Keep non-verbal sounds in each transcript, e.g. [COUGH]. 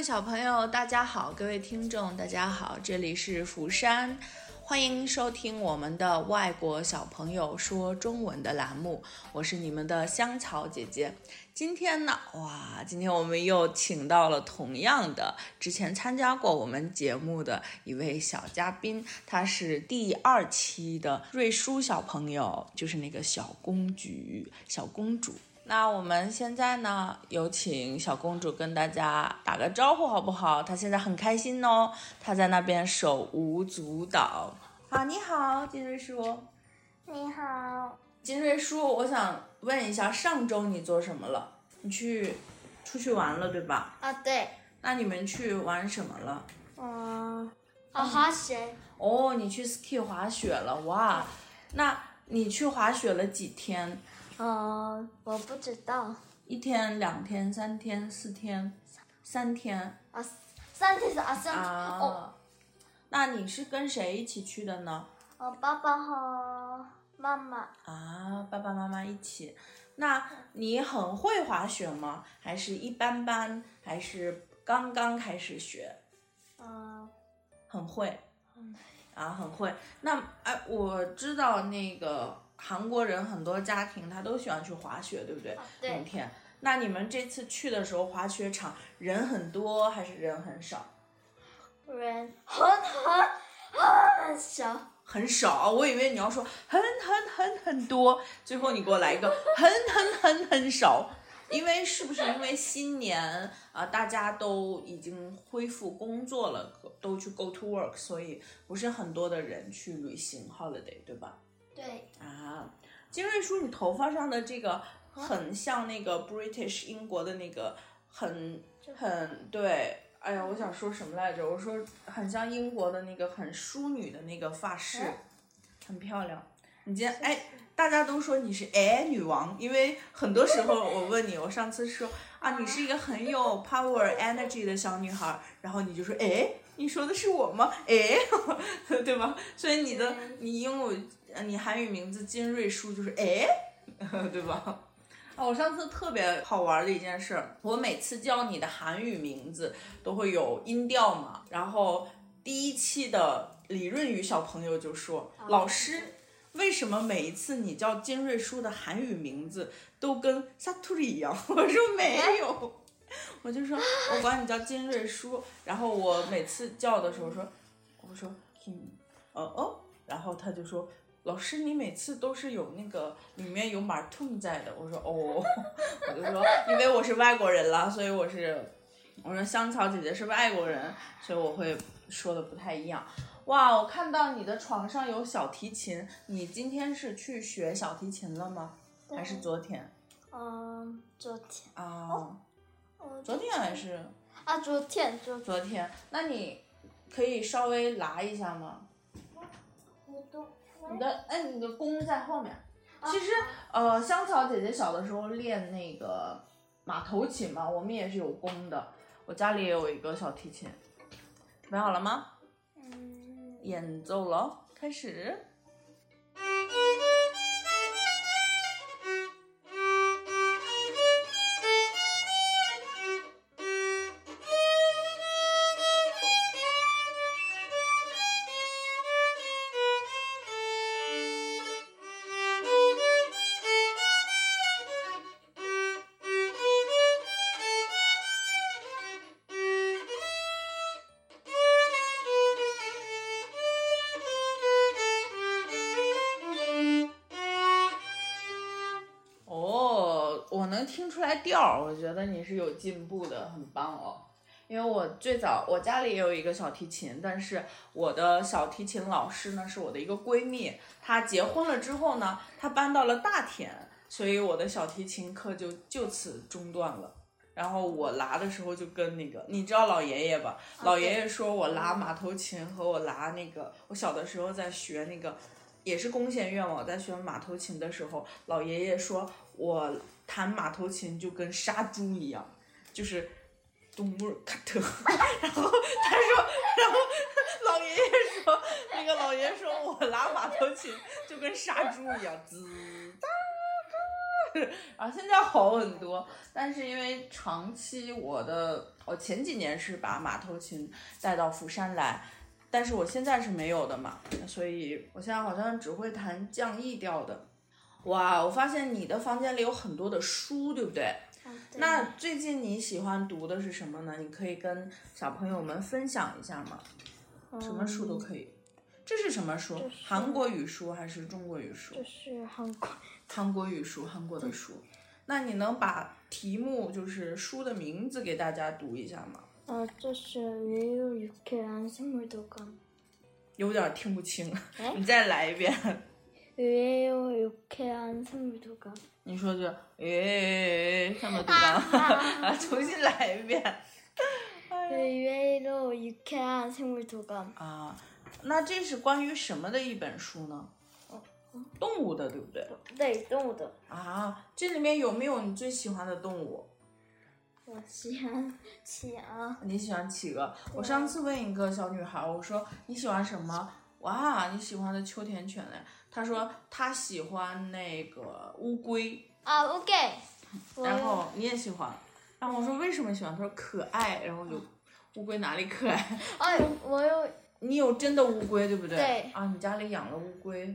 小朋友，大家好，各位听众，大家好，这里是釜山，欢迎收听我们的外国小朋友说中文的栏目，我是你们的香草姐姐。今天呢，哇，今天我们又请到了同样的之前参加过我们节目的一位小嘉宾，他是第二期的瑞舒小朋友，就是那个小公举、小公主。那我们现在呢，有请小公主跟大家打个招呼，好不好？她现在很开心哦，她在那边手舞足蹈。好，你好，金瑞叔。你好，金瑞叔，我想问一下，上周你做什么了？你去出去玩了，对吧？啊对，那你们去玩什么了？嗯，哦滑雪，哦，你去 ski 滑雪了，哇！那你去滑雪了几天？嗯，我不知道，一天、两天、三天、四天、三天啊三天是啊三天，啊？哦，那你是跟谁一起去的呢？我呃爸爸和妈妈，啊，爸爸妈妈一起。那你很会滑雪吗？还是一般般？还是刚刚开始学？嗯，很会嗯。啊，很会。那哎，我知道那个韩国人很多家庭他都喜欢去滑雪，对不对？啊冬对，天。那你们这次去的时候，滑雪场人很多还是人很少？人很啊很很小，很少，我以为你要说很很很很多，最后你给我来一个很很很很少，因为是不是因为新年啊、大家都已经恢复工作了，都去 go to work，所以不是很多的人去旅行 holiday，对吧？对，啊，金瑞叔，你头发上的这个很像那个 British 英国的那个很就很对。哎呀，我想说什么来着？我说很像英国的那个很淑女的那个发饰嗯，很漂亮。你今天哎，大家都说你是哎女王，因为很多时候我问你，我上次 [LAUGHS] 说啊，你是一个很有 [LAUGHS] power energy 的小女孩，然后你就说哎，你说的是我吗？ [LAUGHS] 哎，对吧？所以你的嗯你英文呃你韩语名字金瑞淑就是哎， [LAUGHS] 对吧？啊，我上次特别好玩的一件事，我每次叫你的韩语名字都会有音调嘛，然后第一期的李润宇小朋友就说，老师。为什么每一次你叫金瑞淑的韩语名字都跟萨图里一样？ [LAUGHS] 我说没有，我就说我管你叫金瑞淑，然后我每次叫的时候说，我说嗯哦哦，然后他就说老师你每次都是有那个里面有马痛在的，我说哦， [LAUGHS] 我就说因为我是外国人啦，所以我是我说香草姐姐是外国人，所以我会说的不太一样。哇，我看到你的床上有小提琴，你今天是去学小提琴了吗？还是昨天？嗯，昨天，啊、我昨天还是啊，昨天，昨昨天？那你可以稍微拉一下吗？我都，你的哎，你的弓在后面。其实呃，香草姐姐小的时候练那个马头琴嘛，我们也是有弓的。我家里也有一个小提琴，准备好了吗？嗯，演奏了，开始。哦，我能听出来调儿，我觉得你是有进步的，很棒哦。因为我最早我家里也有一个小提琴，但是我的小提琴老师呢是我的一个闺蜜，她结婚了之后呢，她搬到了大田，所以我的小提琴课就就此中断了。然后我拉的时候就跟那个，你知道老爷爷吧？老爷爷说我拉马头琴和我拉那个，我小的时候在学那个，也是弓弦乐嘛。我在学马头琴的时候，老爷爷说我弹马头琴就跟杀猪一样，就是咚木咔特。 [LAUGHS] 然后他说，然后老爷爷说，那个老爷爷说我拉马头琴就跟杀猪一样，滋哒哒，然后现在好很多，但是因为长期我的，我前几年是把马头琴带到釜山来，但是我现在是没有的嘛，所以我现在好像只会弹降 E 调的。哇，我发现你的房间里有很多的书，对不啊对？那最近你喜欢读的是什么呢？你可以跟小朋友们分享一下吗？什么书都可以。这是什么书？嗯这是韩国语书还是中国语书？就是韩国韩国语书，韩国的书。那你能把题目就是书的名字给大家读一下吗？ 어 저스웨요 유쾌한 생물도감 有点听不清哎，你再来一遍。 왜요 유쾌한 생물도감 你说这，诶，上面读完了，啊重新来一遍。 왜요 유쾌한 생물도감 啊，那这是关于什么的一本书呢？动物的，对不对？对动物的啊，这里面有没有你最喜欢的动物？我喜欢企鹅你喜欢企鹅？我上次问一个小女孩，我说你喜欢什么？哇，你喜欢的秋田犬嘞？她说她喜欢那个乌龟， 아 오케이 然后你也喜欢。然后我说为什么喜欢？她说可爱。然后我就乌龟哪里可爱？我有你有真的乌龟对不对？对啊，你家里养了乌龟，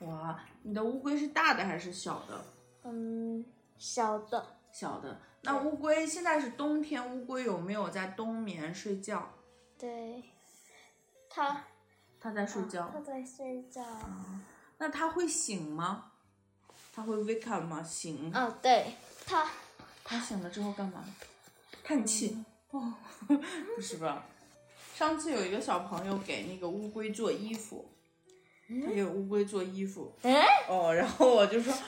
哇，你的乌龟是大的还是小的？嗯小的小的。那乌龟现在是冬天，乌龟有没有在冬眠睡觉？对它它在睡觉。嗯它在睡觉那它会醒吗？它会 wake up 吗？醒。啊对它它醒了之后干嘛？叹气。嗯哦， [LAUGHS] 不是吧？上次有一个小朋友给那个乌龟做衣服，他嗯给乌龟做衣服，哎哦，然后我就说。啊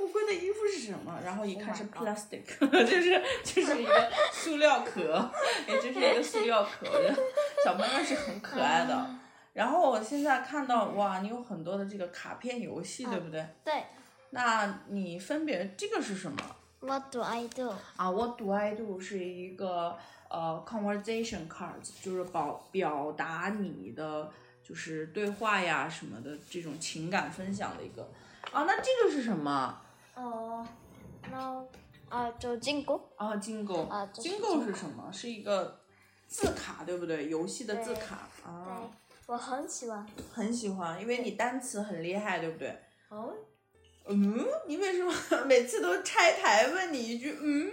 乌龟的衣服是什么？然后一看是 Oh my plastic，、就是 [LAUGHS] 就是一个塑料壳，也就是一个塑料壳。我觉得小朋友是很可爱的。 [LAUGHS] 然后我现在看到哇，你有很多的这个卡片游戏，对不对？对那你分别这个是什么 What do I do 啊？What do I do 是一个呃 conversation cards，就是表表达你的就是对话呀什么的这种情感分享的一个啊。那这个是什么？ 어 no 아저 친구 啊，金狗啊这是金狗是什么？是一个字卡，对不对？游戏的字卡啊对，我很喜欢很喜欢，因为你单词很厉害，对不对？哦嗯，你为什么 [LAUGHS] 每次都拆台问你一句嗯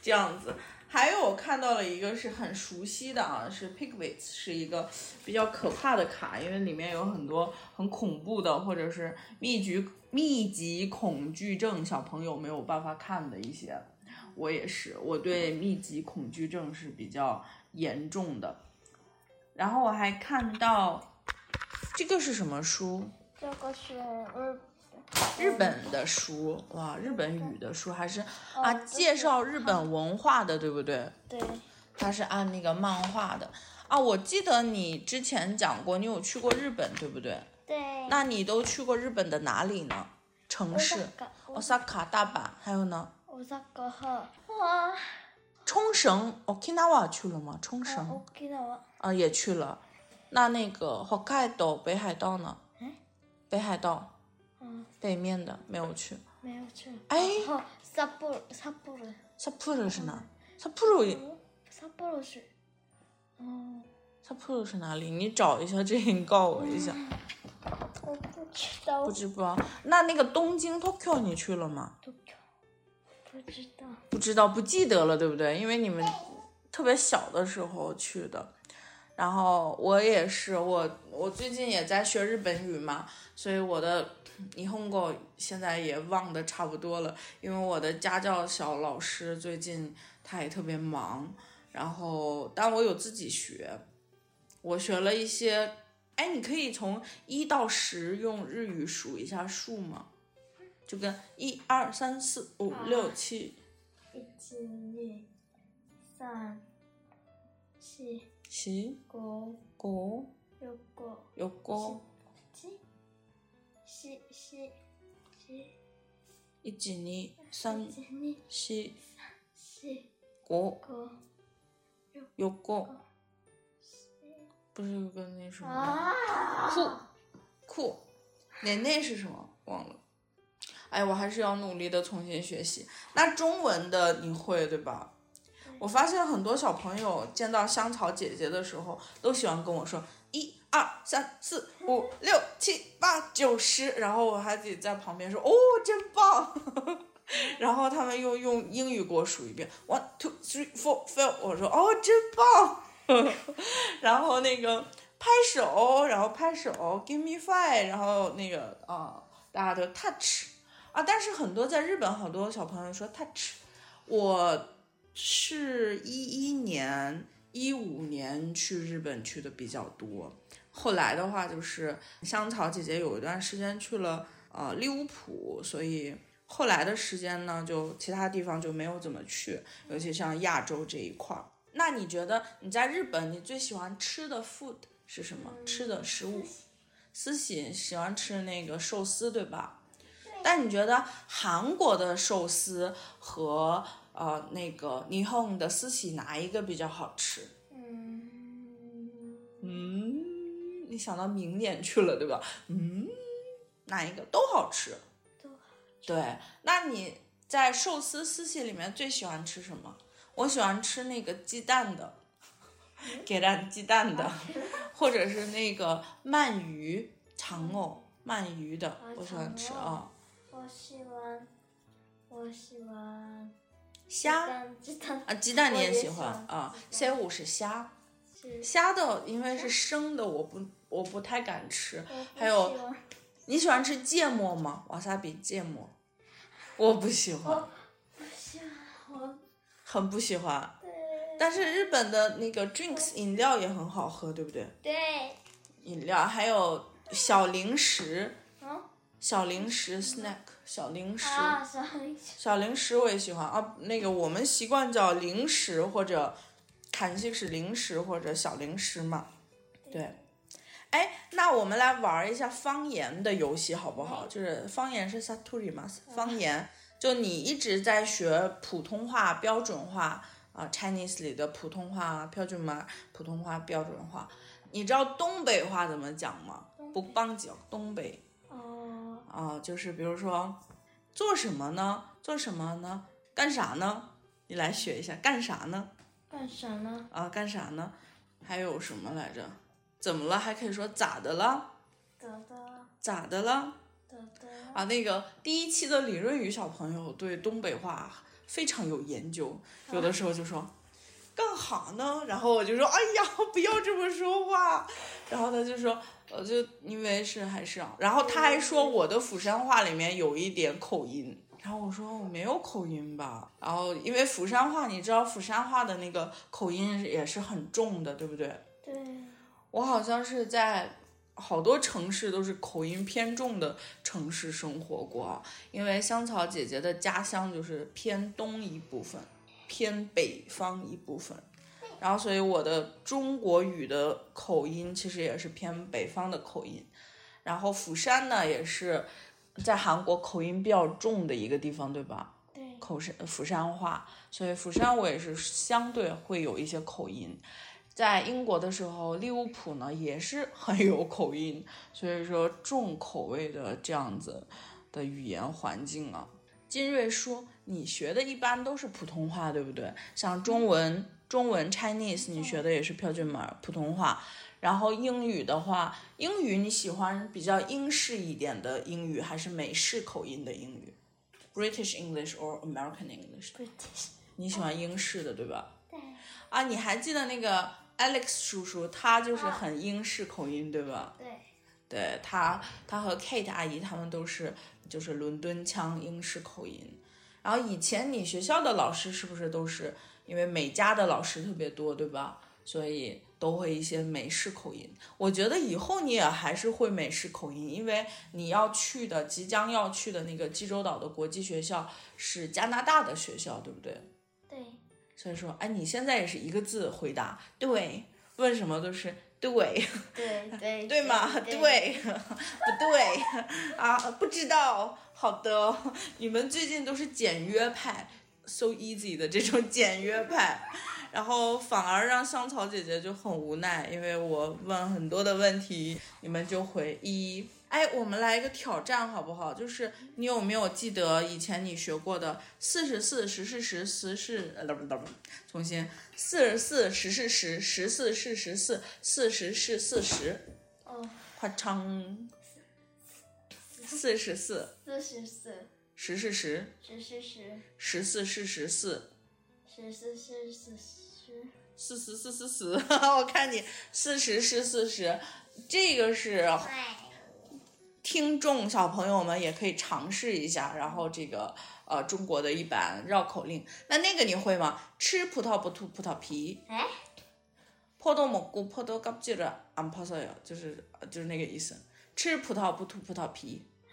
这样子？还有我看到了一个是很熟悉的啊，是 Pigwits，是一个比较可怕的卡，因为里面有很多很恐怖的或者是密集密集恐惧症小朋友没有办法看的一些。我也是，我对密集恐惧症是比较严重的。然后我还看到这个是什么书？这个是日日本的书哇，日本语的书还是啊，这是介绍日本文化的，对不对？对它是按那个漫画的啊。我记得你之前讲过，你有去过日本，对不对？对那你都去过日本的哪里呢？城市，Osaka、大阪，还有呢，我萨哥和哇冲绳 （Okinawa） 去了吗？冲绳，OK 的我啊也去了。那那个 Hokkaido 北海道呢？北海道嗯北面的没有去。没有去哎，哦萨布鲁萨布鲁札幌是哪？札幌也萨布鲁是嗯它 pro 是哪里？你找一下这个，你告我一下。我不知道不知道。那那个东京 Tokyo 你去了吗？不知道不知道不知道，不记得了，对不对？因为你们特别小的时候去的。然后我也是，我我最近也在学日本语嘛，所以我的霓虹狗现在也忘得差不多了。因为我的家教小老师最近他也特别忙，然后但我有自己学，我学了一些。哎，你可以从一到十用日语数一下数吗？就跟一二三四五六七一二三四七五五六六七七七七一二三一二四四五五六不是有个那什么啊酷酷，奶奶是什么忘了哎，我还是要努力的重新学习。那中文的你会对吧？我发现很多小朋友见到香草姐姐的时候，都喜欢跟我说一二三四五六七八九十，然后我还得在旁边说哦，真棒。 [LAUGHS] 然后他们又用英语给我数一遍 one two three four five，我说哦，真棒。 [LAUGHS] 然后那个拍手，然后拍手，give me five，然后那个啊、大家都 touch 啊，但是很多在日本好多小朋友说 touch，我是一一年、一五年去日本去的比较多，后来的话就是香草姐姐有一段时间去了呃利物浦，所以后来的时间呢，就其他地方就没有怎么去，尤其像亚洲这一块儿。那你觉得你在日本，你最喜欢吃的 food 是什么？吃的食物？思喜喜欢吃那个寿司，对吧？但你觉得韩国的寿司和呃那个霓虹的私喜哪一个比较好吃？嗯，嗯，你想到明年去了对吧？嗯，哪一个都好吃。都好对，那你在寿司私喜里面最喜欢吃什么？我喜欢吃那个鸡蛋的，给蛋鸡蛋 [LAUGHS] 的，或者是那个鳗鱼长藕鳗鱼的嗯啊，我喜欢吃长藕啊。我喜欢，我喜欢虾鸡蛋，啊，鸡蛋你我也也喜喜欢欢啊鸡？C 蛋五是虾，是虾的因为是生的，我不我不太敢吃。我不还有喜欢你喜欢吃芥末吗？瓦萨比芥末，我不喜欢，哦不喜欢我很不喜欢。对但是日本的那个 drinks 饮料也很好喝，对不对？对，饮料还有小零食，嗯小零食 snack 小零食。啊，小林小零食我也喜欢啊，那个我们习惯叫零食或者砍西是零食或者小零食嘛。对，哎，那我们来玩一下方言的游戏好不好？就是方言是 saturi 嘛，方言就你一直在学普通话标准话啊、c h i n e s e 里的普通话标准话，普通话标准话。你知道东北话怎么讲吗？不帮讲东北。哦，啊，就是比如说做什么呢？做什么呢？干啥呢？你来学一下，干啥呢？干什么？啊，干啥呢？还有什么来着？怎么了？还可以说咋的了？得得咋的了？得得，啊，那个第一期的李润宇小朋友对东北话非常有研究，有的时候就说干哈呢？然后我就说哎呀，不要这么说话。然后他就说，呃，就因为是还是啊，然后他还说我的釜山话里面有一点口音。然后我说我没有口音吧，然后因为釜山话，你知道釜山话的那个口音也是很重的，对不对？对，我好像是在好多城市都是口音偏重的城市生活过啊，因为香草姐姐的家乡就是偏东一部分，偏北方一部分，然后所以我的中国语的口音其实也是偏北方的口音，然后釜山呢也是在韩国口音比较重的一个地方，对吧？对，口是釜山话，所以釜山我也是相对会有一些口音。在英国的时候，利物浦呢也是很有口音，所以说重口味的这样子的语言环境啊。金瑞说，你学的一般都是普通话，对不对？像中文，中文 Chinese 你学的也是标准码普通话，然后英语的话，英语你喜欢比较英式一点的英语，还是美式口音的英语？British English or American English？不听，你喜欢英式的，对吧？对，啊，你还记得那个 Alex 叔叔，他就是很英式口音，对吧？对，对他，他和 Kate 阿姨他们都是就是伦敦腔英式口音。然后以前你学校的老师是不是都是因为美加的老师特别多，对吧？所以都会一些美式口音。我觉得以后你也还是会美式口音，因为你要去的即将要去的那个济州岛的国际学校是加拿大的学校，对不对？对，所以说，哎，你现在也是一个字回答，对，问什么都是对，对，对，对吗？对， [LAUGHS] 不对啊？不知道，好的，你们最近都是简约派，so easy 的这种 [LAUGHS] 简约派，然后反而让香草姐姐就很无奈，因为我问很多的问题，你们就回一哎，我们来一个挑战好不好？就是你有没有记得以前你学过的四十四十是十十是呃不不不，重新四十四十是十十四是十四四十是四十，哦，快唱四十四四十四，十是十十是十，十四是十四十是是四十，四十四四十， [LAUGHS] 我看你四十是四十，这个是哎，听众小朋友们也可以尝试一下，然后这个呃中国的一版绕口令，那那个你会吗？吃葡萄不吐葡萄皮，哎， 포도먹고포도껍질을안파서요，就是呃就是那个意思，吃葡萄不吐葡萄皮， [LAUGHS]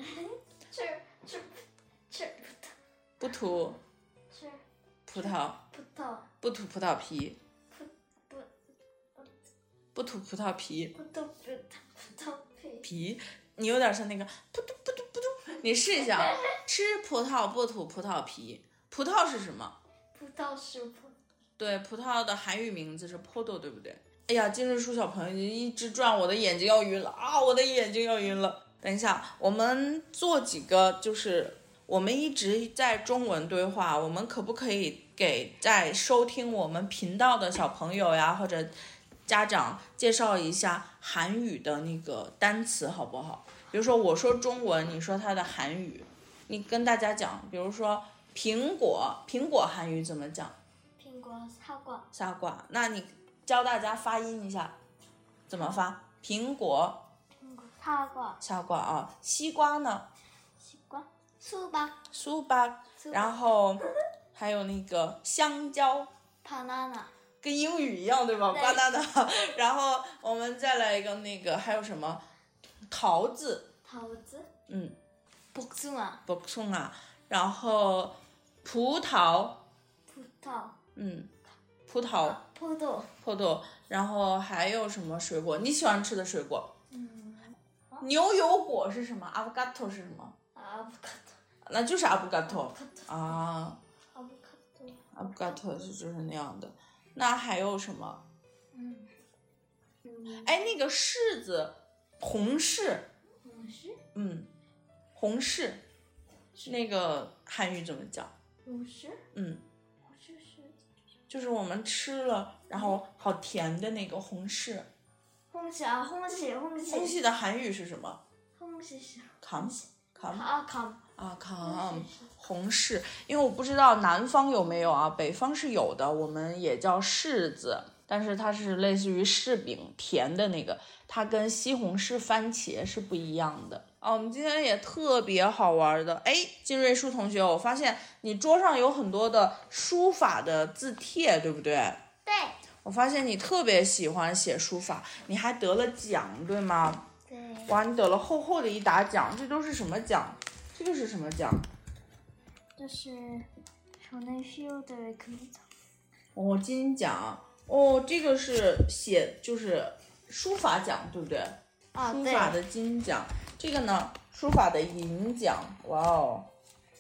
吃吃吃不吐吃葡萄葡萄不吐葡萄皮，不不吐葡萄皮不都不萄葡萄皮，皮，你有点像那个扑通扑通扑通，你试一下 [LAUGHS] 啊，吃葡萄不吐葡萄皮，葡萄是什么？葡萄是葡对，葡萄的韩语名字是 podo，对不对？哎呀，今日书小朋友一直转，我的眼睛要晕了啊！我的眼睛要晕了。等一下，我们做几个，就是我们一直在中文对话，我们可不可以给在收听我们频道的小朋友呀，或者家长介绍一下韩语的那个单词，好不好？比如说我说中文，你说它的韩语，你跟大家讲，比如说苹果，苹果韩语怎么讲？苹果超过傻瓜，那你教大家发音一下，怎么发？苹果、苹果超过傻瓜啊，西瓜呢？西瓜苏吧苏巴，苏吧然后还有那个香蕉， banana 跟英语一样对吧？对巴拿的。 [LAUGHS] 然后我们再来一个那个还有什么？桃子，桃子嗯， 복숭아 不送啊。然后葡萄，葡萄嗯，葡萄，葡萄葡萄。然后还有什么水果？你喜欢吃的水果？嗯牛油果是什么？avocado 是什么？阿布卡多那就是 avocado 阿布卡多啊阿布卡多，avocado 是就是那样的。那还有什么？嗯嗯哎，那个柿子，红柿，嗯是嗯，红柿，那个韩语怎么讲？五十嗯，五十是就是我们吃了，然后好甜的那个红柿。红喜啊红喜红红喜柿的韩语是什么？红喜是扛扛啊康啊扛。红柿，因为我不知道南方有没有啊，北方是有的，我们也叫柿子，但是它是类似于柿饼甜的那个，它跟西红柿、番茄是不一样的。啊，我们今天也特别好玩的，哎，金瑞书同学，我发现你桌上有很多的书法的字帖，对不对？对我发现你特别喜欢写书法，你还得了奖，对吗？对哇，你得了厚厚的一沓奖，这都是什么奖？这个是什么奖？这是国内 field 的工作哦，金奖哦，这个是写就是书法奖，对不对？啊书法的金奖，这个呢，书法的银奖，哇哦！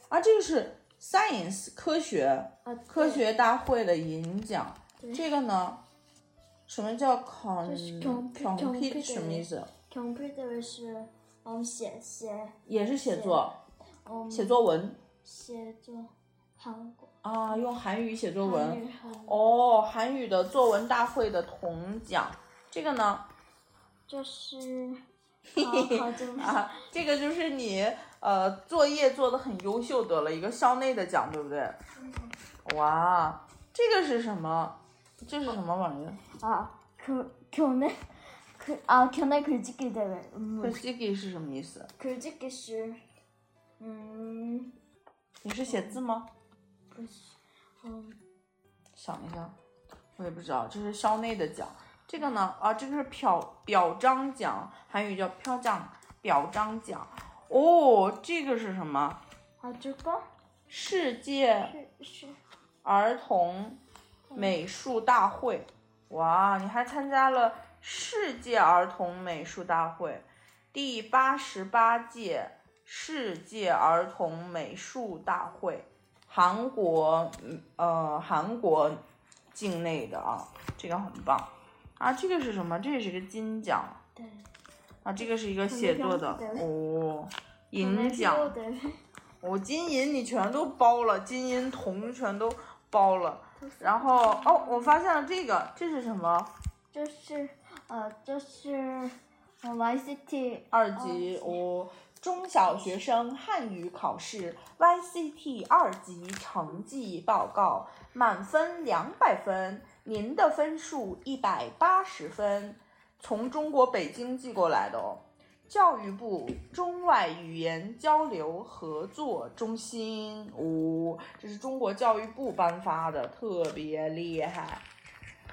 啊，这个是 science 科学啊科学大会的银奖，对这个呢，什么叫 con 这是 compu- compete computer 什么意思？ computer 是我们写写也是写作，我们写作文写作韩国啊，用韩语写作文。韩语韩语哦，韩语的作文大会的铜奖，这个呢这是好好的啊， [LAUGHS] 这个就是你呃作业做的很优秀，得了一个校内的奖，对不对？哇，这个是什么？这是什么玩意儿？啊그 교내 그아 교내 글짓기 대회 음,这 s i g i 是什么意思？ 글짓기 씨음 你是写字吗？ 음,想一下，我也不知道，这是校内的奖。这个呢，啊，这个是表表彰奖，韩语叫飘奖，表彰奖。哦，这个是什么？ 아주거 世界 시,儿童美术大会，哇，你还参加了世界儿童美术大会，第八十八届世界儿童美术大会，韩国，嗯呃，韩国境内的啊，这个很棒啊，这个是什么？这也是个金奖 네,啊，这个是一个写作的 [LAUGHS] 肯定是哦。银奖，的我、金银你全都包了，金银铜全都包了。然后哦，我发现了这个，这是什么？这是呃，这是呃 YCT 二级哦，中小学生汉语考试 YCT 二级成绩报告，满分两百分，您的分数一百八十分，从中国北京寄过来的哦。教育部中外语言交流合作中心，哦，这是中国教育部颁发的，特别厉害。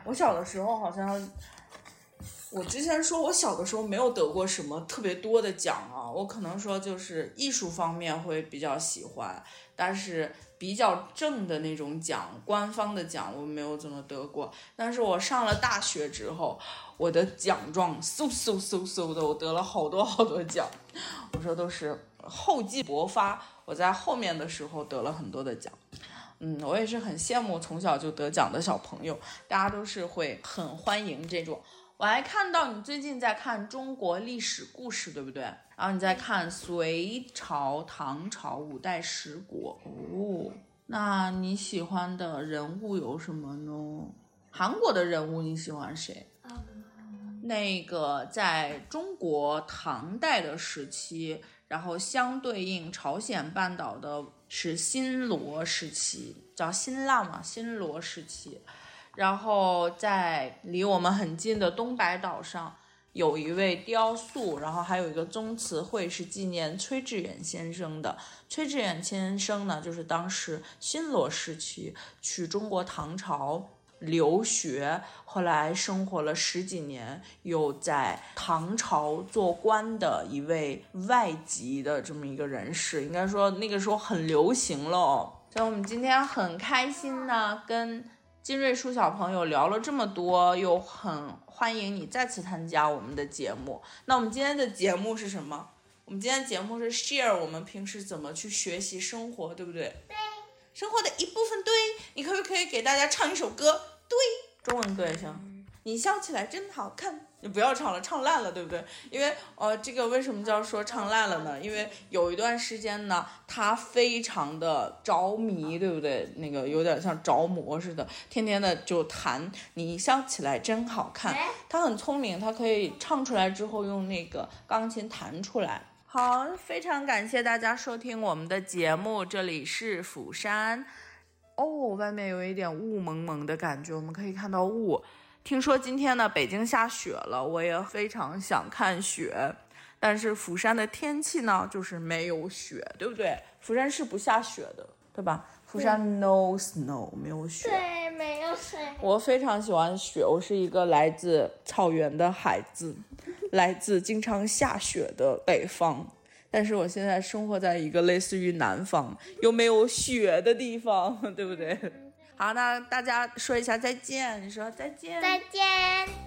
我小的时候好像我之前说，我小的时候没有得过什么特别多的奖啊，我可能说就是艺术方面会比较喜欢，但是比较正的那种奖，官方的奖我没有怎么得过。但是我上了大学之后，我的奖状嗖嗖嗖嗖的，我得了好多好多奖，我说都是厚积薄发，我在后面的时候得了很多的奖。嗯，我也是很羡慕从小就得奖的小朋友，大家都是会很欢迎这种。我还看到你最近在看中国历史故事，对不对？然后你在看隋朝、唐朝、五代十国哦。那你喜欢的人物有什么呢？韩国的人物你喜欢谁？ 아, 네.那个在中国唐代的时期，然后相对应朝鲜半岛的是新罗时期，叫新浪嘛，新罗时期。然后在离我们很近的东白岛上有一位雕塑，然后还有一个宗祠会是纪念崔致远先生的。崔致远先生呢，就是当时新罗时期去中国唐朝留学，后来生活了十几年，又在唐朝做官的一位外籍的这么一个人士，应该说那个时候很流行了哦。所以我们今天很开心呢，跟金瑞书小朋友聊了这么多，又很欢迎你再次参加我们的节目。那我们今天的节目是什么？我们今天的节目是 share 我们平时怎么去学习生活，对不对？对。生活的一部分，对。你可不可以给大家唱一首歌？对，中文歌也行。你笑起来真好看。你不要唱了，唱烂了，对不对？因为呃，这个为什么叫说唱烂了呢？因为有一段时间呢，他非常的着迷，对不对？那个有点像着魔似的，天天的就弹“你笑起来真好看”。他很聪明，他可以唱出来之后用那个钢琴弹出来。好，非常感谢大家收听我们的节目，这里是釜山。哦，外面有一点雾蒙蒙的感觉，我们可以看到雾。听说今天呢，北京下雪了，我也非常想看雪。但是釜山的天气呢，就是没有雪，对不对？釜山是不下雪的，对吧？釜山 no snow，没有雪。对，没有水。我非常喜欢雪，我是一个来自草原的孩子，来自经常下雪的北方。但是我现在生活在一个类似于南方又没有雪的地方，对不对？好，那大家说一下再见，你说再见，再见。